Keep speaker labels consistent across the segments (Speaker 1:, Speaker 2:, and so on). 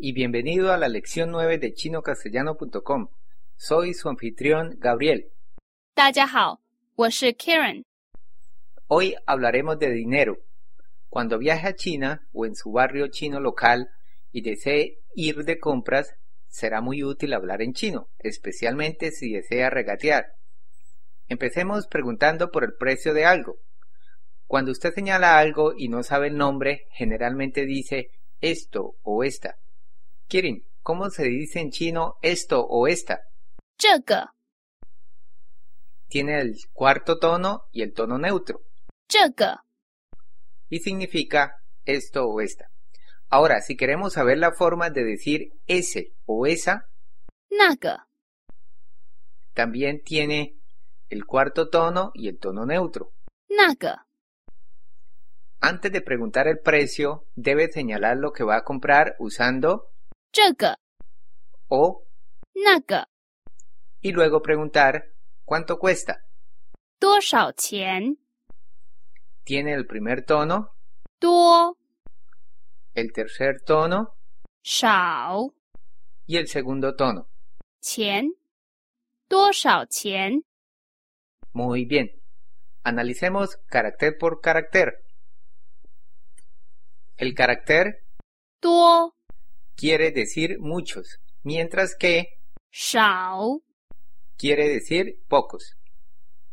Speaker 1: y bienvenido a la lección 9 de chinocastellano.com. Soy su anfitrión Gabriel.
Speaker 2: 大家好，我是 Karen。
Speaker 1: Hoy hablaremos de dinero. Cuando viaje a China o en su barrio chino local y desee ir de compras, será muy útil hablar en chino, especialmente si desea regatear. Empecemos preguntando por el precio de algo. Cuando usted señala algo y no sabe el nombre, generalmente dice esto o esta. Kirin, ¿cómo se dice en chino esto o esta?
Speaker 2: 这个，
Speaker 1: Tiene el cuarto tono y el tono neutro,
Speaker 2: 这个，
Speaker 1: y significa esto o esta. Ahora, si queremos saber la forma de decir ese o esa,
Speaker 2: 那个，
Speaker 1: también tiene el cuarto tono y el tono neutro.
Speaker 2: 那个，
Speaker 1: Antes de preguntar el precio, debe señalar lo que va a comprar usando
Speaker 2: 这个，
Speaker 1: o
Speaker 2: 那个，
Speaker 1: y luego preguntar cuánto cuesta.
Speaker 2: 多少钱？
Speaker 1: Tiene el primer tono,
Speaker 2: 多
Speaker 1: el tercer tono
Speaker 2: 少
Speaker 1: y el segundo tono.
Speaker 2: 钱？多少钱？
Speaker 1: Muy bien. Analicemos carácter por carácter. El carácter
Speaker 2: 多
Speaker 1: quiere decir muchos, mientras que
Speaker 2: 少
Speaker 1: quiere decir pocos.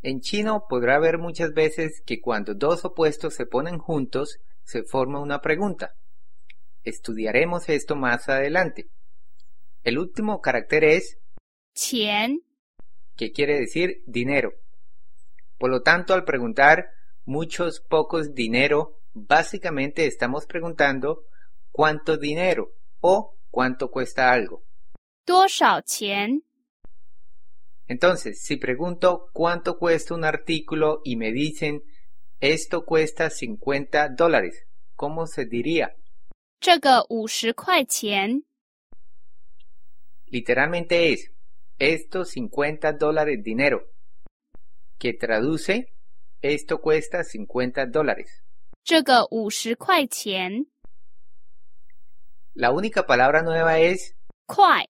Speaker 1: En chino podrá ver muchas veces que cuando dos opuestos se ponen juntos se forma una pregunta. Estudiaremos esto más adelante. El último carácter es
Speaker 2: 钱？
Speaker 1: que quiere decir dinero. Por lo tanto, al preguntar muchos pocos dinero, básicamente estamos preguntando cuánto dinero o cuánto cuesta algo.
Speaker 2: 多少钱？
Speaker 1: Entonces, si pregunto cuánto cuesta un artículo y me dicen esto cuesta 50 dólares, ¿cómo se diría?
Speaker 2: 这个五十块钱。
Speaker 1: Literalmente es estos 50 dólares dinero, que traduce esto cuesta 50 dólares.
Speaker 2: 这个五十块钱，
Speaker 1: La única palabra nueva es
Speaker 2: 块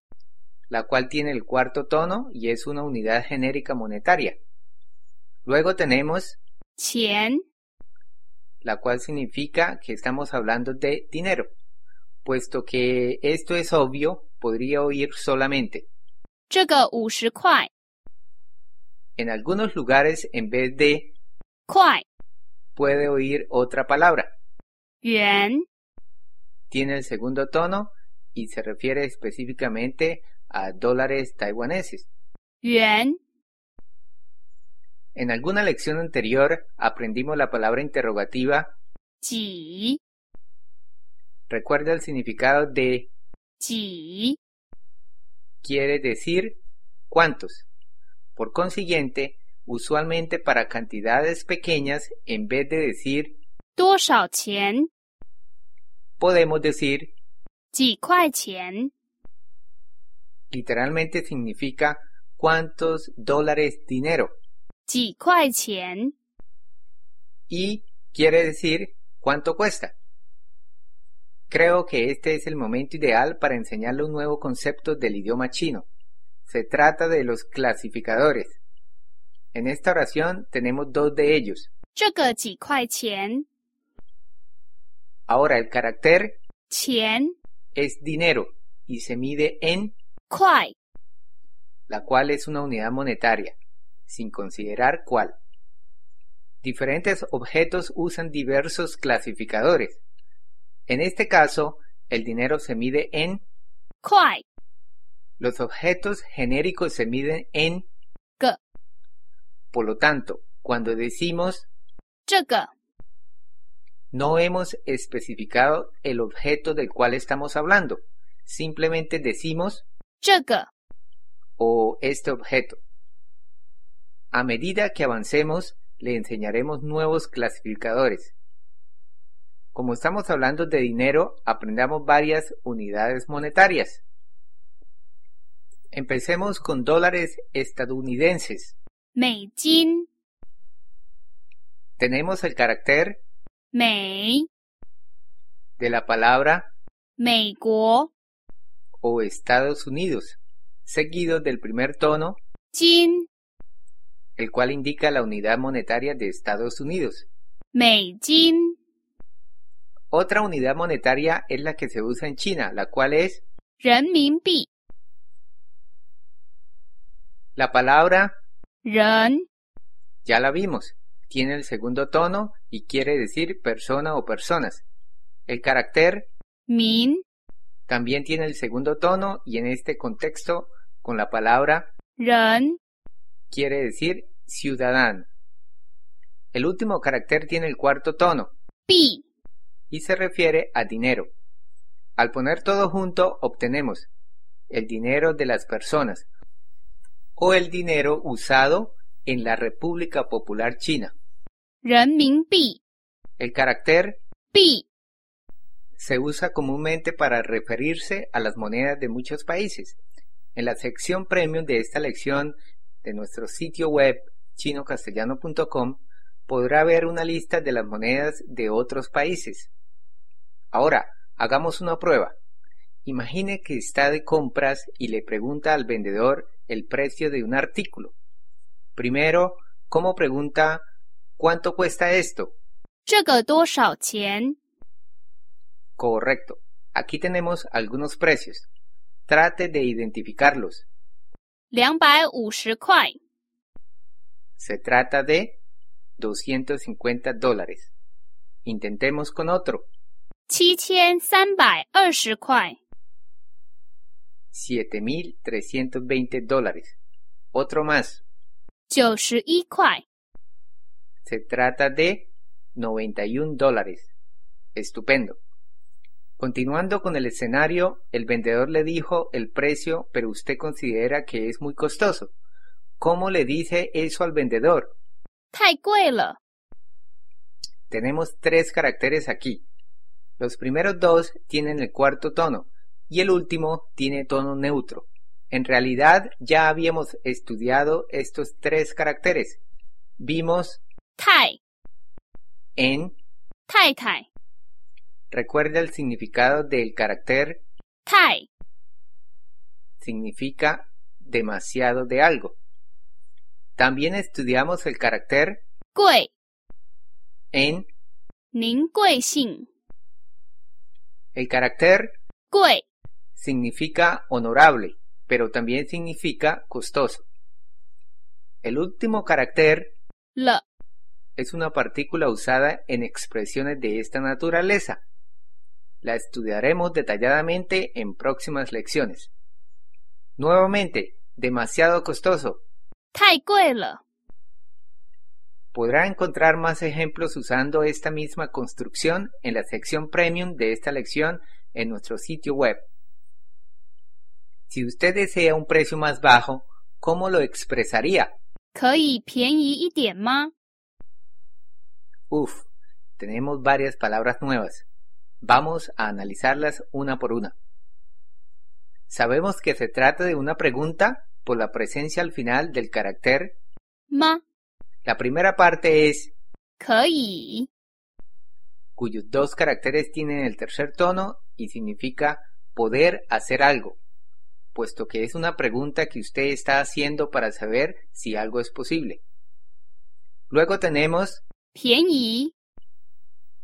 Speaker 1: la cual tiene el cuarto tono y es una unidad genérica monetaria. Luego tenemos
Speaker 2: 钱，
Speaker 1: la cual significa que estamos hablando de dinero. Puesto que esto es obvio, podría oír solamente.
Speaker 2: 这个五十块，
Speaker 1: En algunos lugares, en vez de,
Speaker 2: 块
Speaker 1: puede oír otra palabra.
Speaker 2: 元，
Speaker 1: Tiene el segundo tono y se refiere específicamente a dólares taiwaneses.
Speaker 2: 元，
Speaker 1: En alguna lección anterior aprendimos la palabra interrogativa.
Speaker 2: 几
Speaker 1: Recuerda el significado de
Speaker 2: 几
Speaker 1: quiere decir cuántos. Por consiguiente, usualmente para cantidades pequeñas, en vez de decir
Speaker 2: 多少钱？
Speaker 1: podemos decir,
Speaker 2: 几块钱？
Speaker 1: literalmente significa cuántos dólares dinero.
Speaker 2: 几块钱？
Speaker 1: y quiere decir cuánto cuesta. Creo que este es el momento ideal para enseñarle un nuevo concepto del idioma chino. Se trata de los clasificadores. En esta oración tenemos dos de ellos.
Speaker 2: 这个几块钱？
Speaker 1: Ahora el carácter
Speaker 2: 钱
Speaker 1: es dinero y se mide en,
Speaker 2: 块
Speaker 1: la cual es una unidad monetaria, sin considerar cuál. Diferentes objetos usan diversos clasificadores. En este caso, el dinero se mide en
Speaker 2: 块
Speaker 1: Los objetos genéricos se miden en
Speaker 2: G.
Speaker 1: Por lo tanto, cuando decimos
Speaker 2: 这个
Speaker 1: no hemos especificado el objeto del cual estamos hablando, simplemente decimos
Speaker 2: 这个
Speaker 1: o este objeto. A medida que avancemos, le enseñaremos nuevos clasificadores. Como estamos hablando de dinero, aprendamos varias unidades monetarias. Empecemos con dólares estadounidenses.
Speaker 2: 美金
Speaker 1: tenemos el carácter
Speaker 2: 美
Speaker 1: de la palabra
Speaker 2: 美国
Speaker 1: o Estados Unidos, seguido del primer tono,
Speaker 2: 金、
Speaker 1: el cual indica la unidad monetaria de Estados Unidos.
Speaker 2: 美金、
Speaker 1: Otra unidad monetaria es la que se usa en China, la cual es
Speaker 2: 人民币、
Speaker 1: la palabra
Speaker 2: 人、
Speaker 1: Ya la vimos. Tiene el segundo tono y quiere decir persona o personas. El carácter
Speaker 2: 民、
Speaker 1: también tiene el segundo tono y en este contexto con la palabra
Speaker 2: 人、
Speaker 1: quiere decir ciudadano. El último carácter tiene el cuarto tono
Speaker 2: 币、
Speaker 1: y se refiere a dinero. Al poner todo junto obtenemos el dinero de las personas o el dinero usado en la República Popular China.
Speaker 2: 人民币、
Speaker 1: El carácter
Speaker 2: 币、
Speaker 1: se usa comúnmente para referirse a las monedas de muchos países. En la sección premium de esta lección de nuestro sitio web chinocastellano.com podrá ver una lista de las monedas de otros países. Ahora, hagamos una prueba. Imagine que está de compras y le pregunta al vendedor el precio de un artículo. Primero, ¿cómo pregunta cuánto cuesta esto?
Speaker 2: 这个多少钱？
Speaker 1: Correcto. Aquí tenemos algunos precios. Trate de identificarlos.
Speaker 2: 两百五十块，
Speaker 1: Se trata de 250 dólares. Intentemos con otro.
Speaker 2: 七千三百二十块，
Speaker 1: 7.320 dólares. Otro más.
Speaker 2: 九十一块，
Speaker 1: Se trata de 91 dólares. Estupendo. Continuando con el escenario, el vendedor le dijo el precio, pero usted considera que es muy costoso. ¿Cómo le dice eso al vendedor?
Speaker 2: 太贵了。
Speaker 1: Tenemos tres caracteres aquí. Los primeros dos tienen el cuarto tono y el último tiene tono neutro. En realidad ya habíamos estudiado estos tres caracteres. Vimos
Speaker 2: 太
Speaker 1: en,
Speaker 2: 太太
Speaker 1: recuerda el significado del carácter
Speaker 2: 太
Speaker 1: significa demasiado de algo. También estudiamos el carácter
Speaker 2: 贵，
Speaker 1: en,
Speaker 2: 您贵姓？
Speaker 1: el carácter
Speaker 2: 贵
Speaker 1: significa honorable, pero también significa costoso. El último carácter
Speaker 2: 了，
Speaker 1: es una partícula usada en expresiones de esta naturaleza. La estudiaremos detalladamente en próximas lecciones. Nuevamente, demasiado costoso.
Speaker 2: 太贵了。
Speaker 1: Podrá encontrar más ejemplos usando esta misma construcción en la sección premium de esta lección en nuestro sitio web. Si usted desea un precio más bajo, ¿cómo lo expresaría?
Speaker 2: 可以便宜一点吗？
Speaker 1: Uf, tenemos varias palabras nuevas. Vamos a analizarlas una por una. Sabemos que se trata de una pregunta por la presencia al final del carácter.
Speaker 2: 吗？
Speaker 1: La primera parte es
Speaker 2: 可以，
Speaker 1: cuyos dos caracteres tienen el tercer tono y significa poder hacer algo, puesto que es una pregunta que usted está haciendo para saber si algo es posible. Luego tenemos
Speaker 2: 便宜，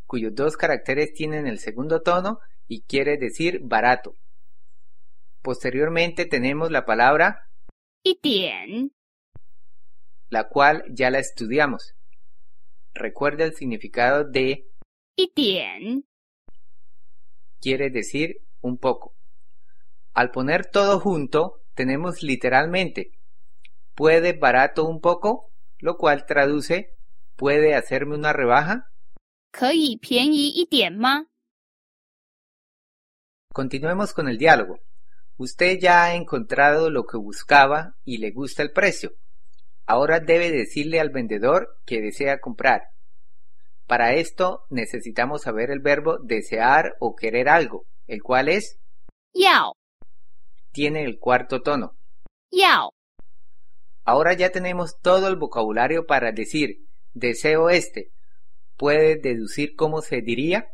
Speaker 1: cuyos dos caracteres tienen el segundo tono y quiere decir barato. Posteriormente tenemos la palabra,
Speaker 2: 一点，
Speaker 1: la cual ya la estudiamos. Recuerda el significado de
Speaker 2: 一点，
Speaker 1: quiere decir un poco. Al poner todo junto, tenemos literalmente, puede barato un poco, lo cual traduce, puede hacerme una rebaja,
Speaker 2: 可以便宜一点吗？
Speaker 1: Continuemos con el diálogo. Usted ya ha encontrado lo que buscaba y le gusta el precio. Ahora debe decirle al vendedor que desea comprar. Para esto necesitamos saber el verbo desear o querer algo, el cual es
Speaker 2: 要
Speaker 1: tiene el cuarto tono.
Speaker 2: 要
Speaker 1: Ahora ya tenemos todo el vocabulario para decir deseo este. ¿Puede deducir cómo se diría?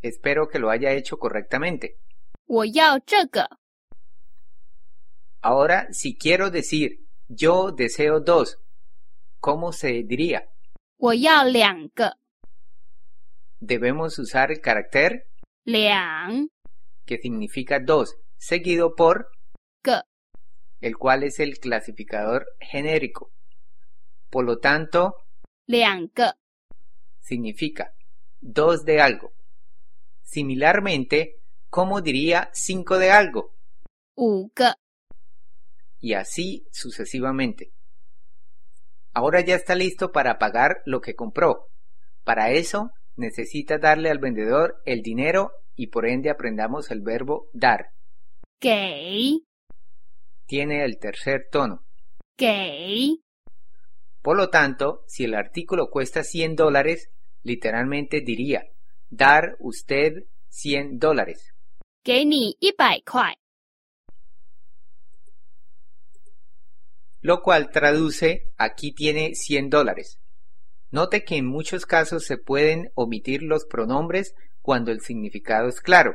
Speaker 1: Espero que lo haya hecho correctamente.
Speaker 2: 我要这个，
Speaker 1: Ahora, si quiero decir yo deseo dos, ¿cómo se diría?
Speaker 2: 我要两个，
Speaker 1: Debemos usar el carácter
Speaker 2: 两
Speaker 1: que significa dos, seguido por
Speaker 2: 个，
Speaker 1: el cual es el clasificador genérico. Por lo tanto,
Speaker 2: 两个，
Speaker 1: significa dos de algo. Similarmente, ¿cómo diría cinco de algo?
Speaker 2: 五个。
Speaker 1: Y así sucesivamente. Ahora ya está listo para pagar lo que compró. Para eso, necesita darle al vendedor el dinero y por ende aprendamos el verbo dar.
Speaker 2: 给
Speaker 1: Tiene el tercer tono.
Speaker 2: 给
Speaker 1: Por lo tanto, si el artículo cuesta 100 dólares, literalmente diría, dar usted 100 dólares.
Speaker 2: 给你一百块，
Speaker 1: lo cual traduce aquí tiene 100 dólares. Note que en muchos casos se pueden omitir los pronombres cuando el significado es claro.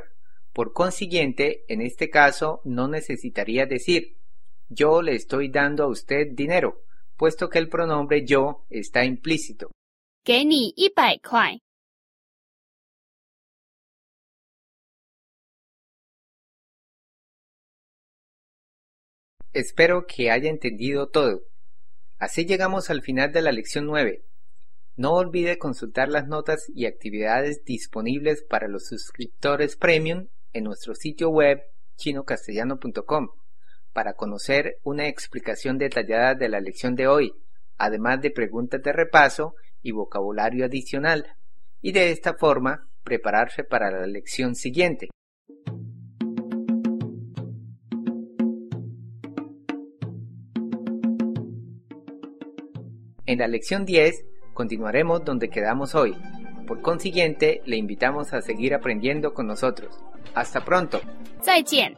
Speaker 1: Por consiguiente, en este caso no necesitaría decir yo le estoy dando a usted dinero, puesto que el pronombre yo está implícito.
Speaker 2: 给你一百块，
Speaker 1: Espero que haya entendido todo. Así llegamos al final de la lección 9. No olvide consultar las notas y actividades disponibles para los suscriptores premium en nuestro sitio web chinocastellano.com para conocer una explicación detallada de la lección de hoy, además de preguntas de repaso y vocabulario adicional, y de esta forma prepararse para la lección siguiente. En la lección 10 continuaremos donde quedamos hoy. Por consiguiente, le invitamos a seguir aprendiendo con nosotros. Hasta pronto.
Speaker 2: 再见。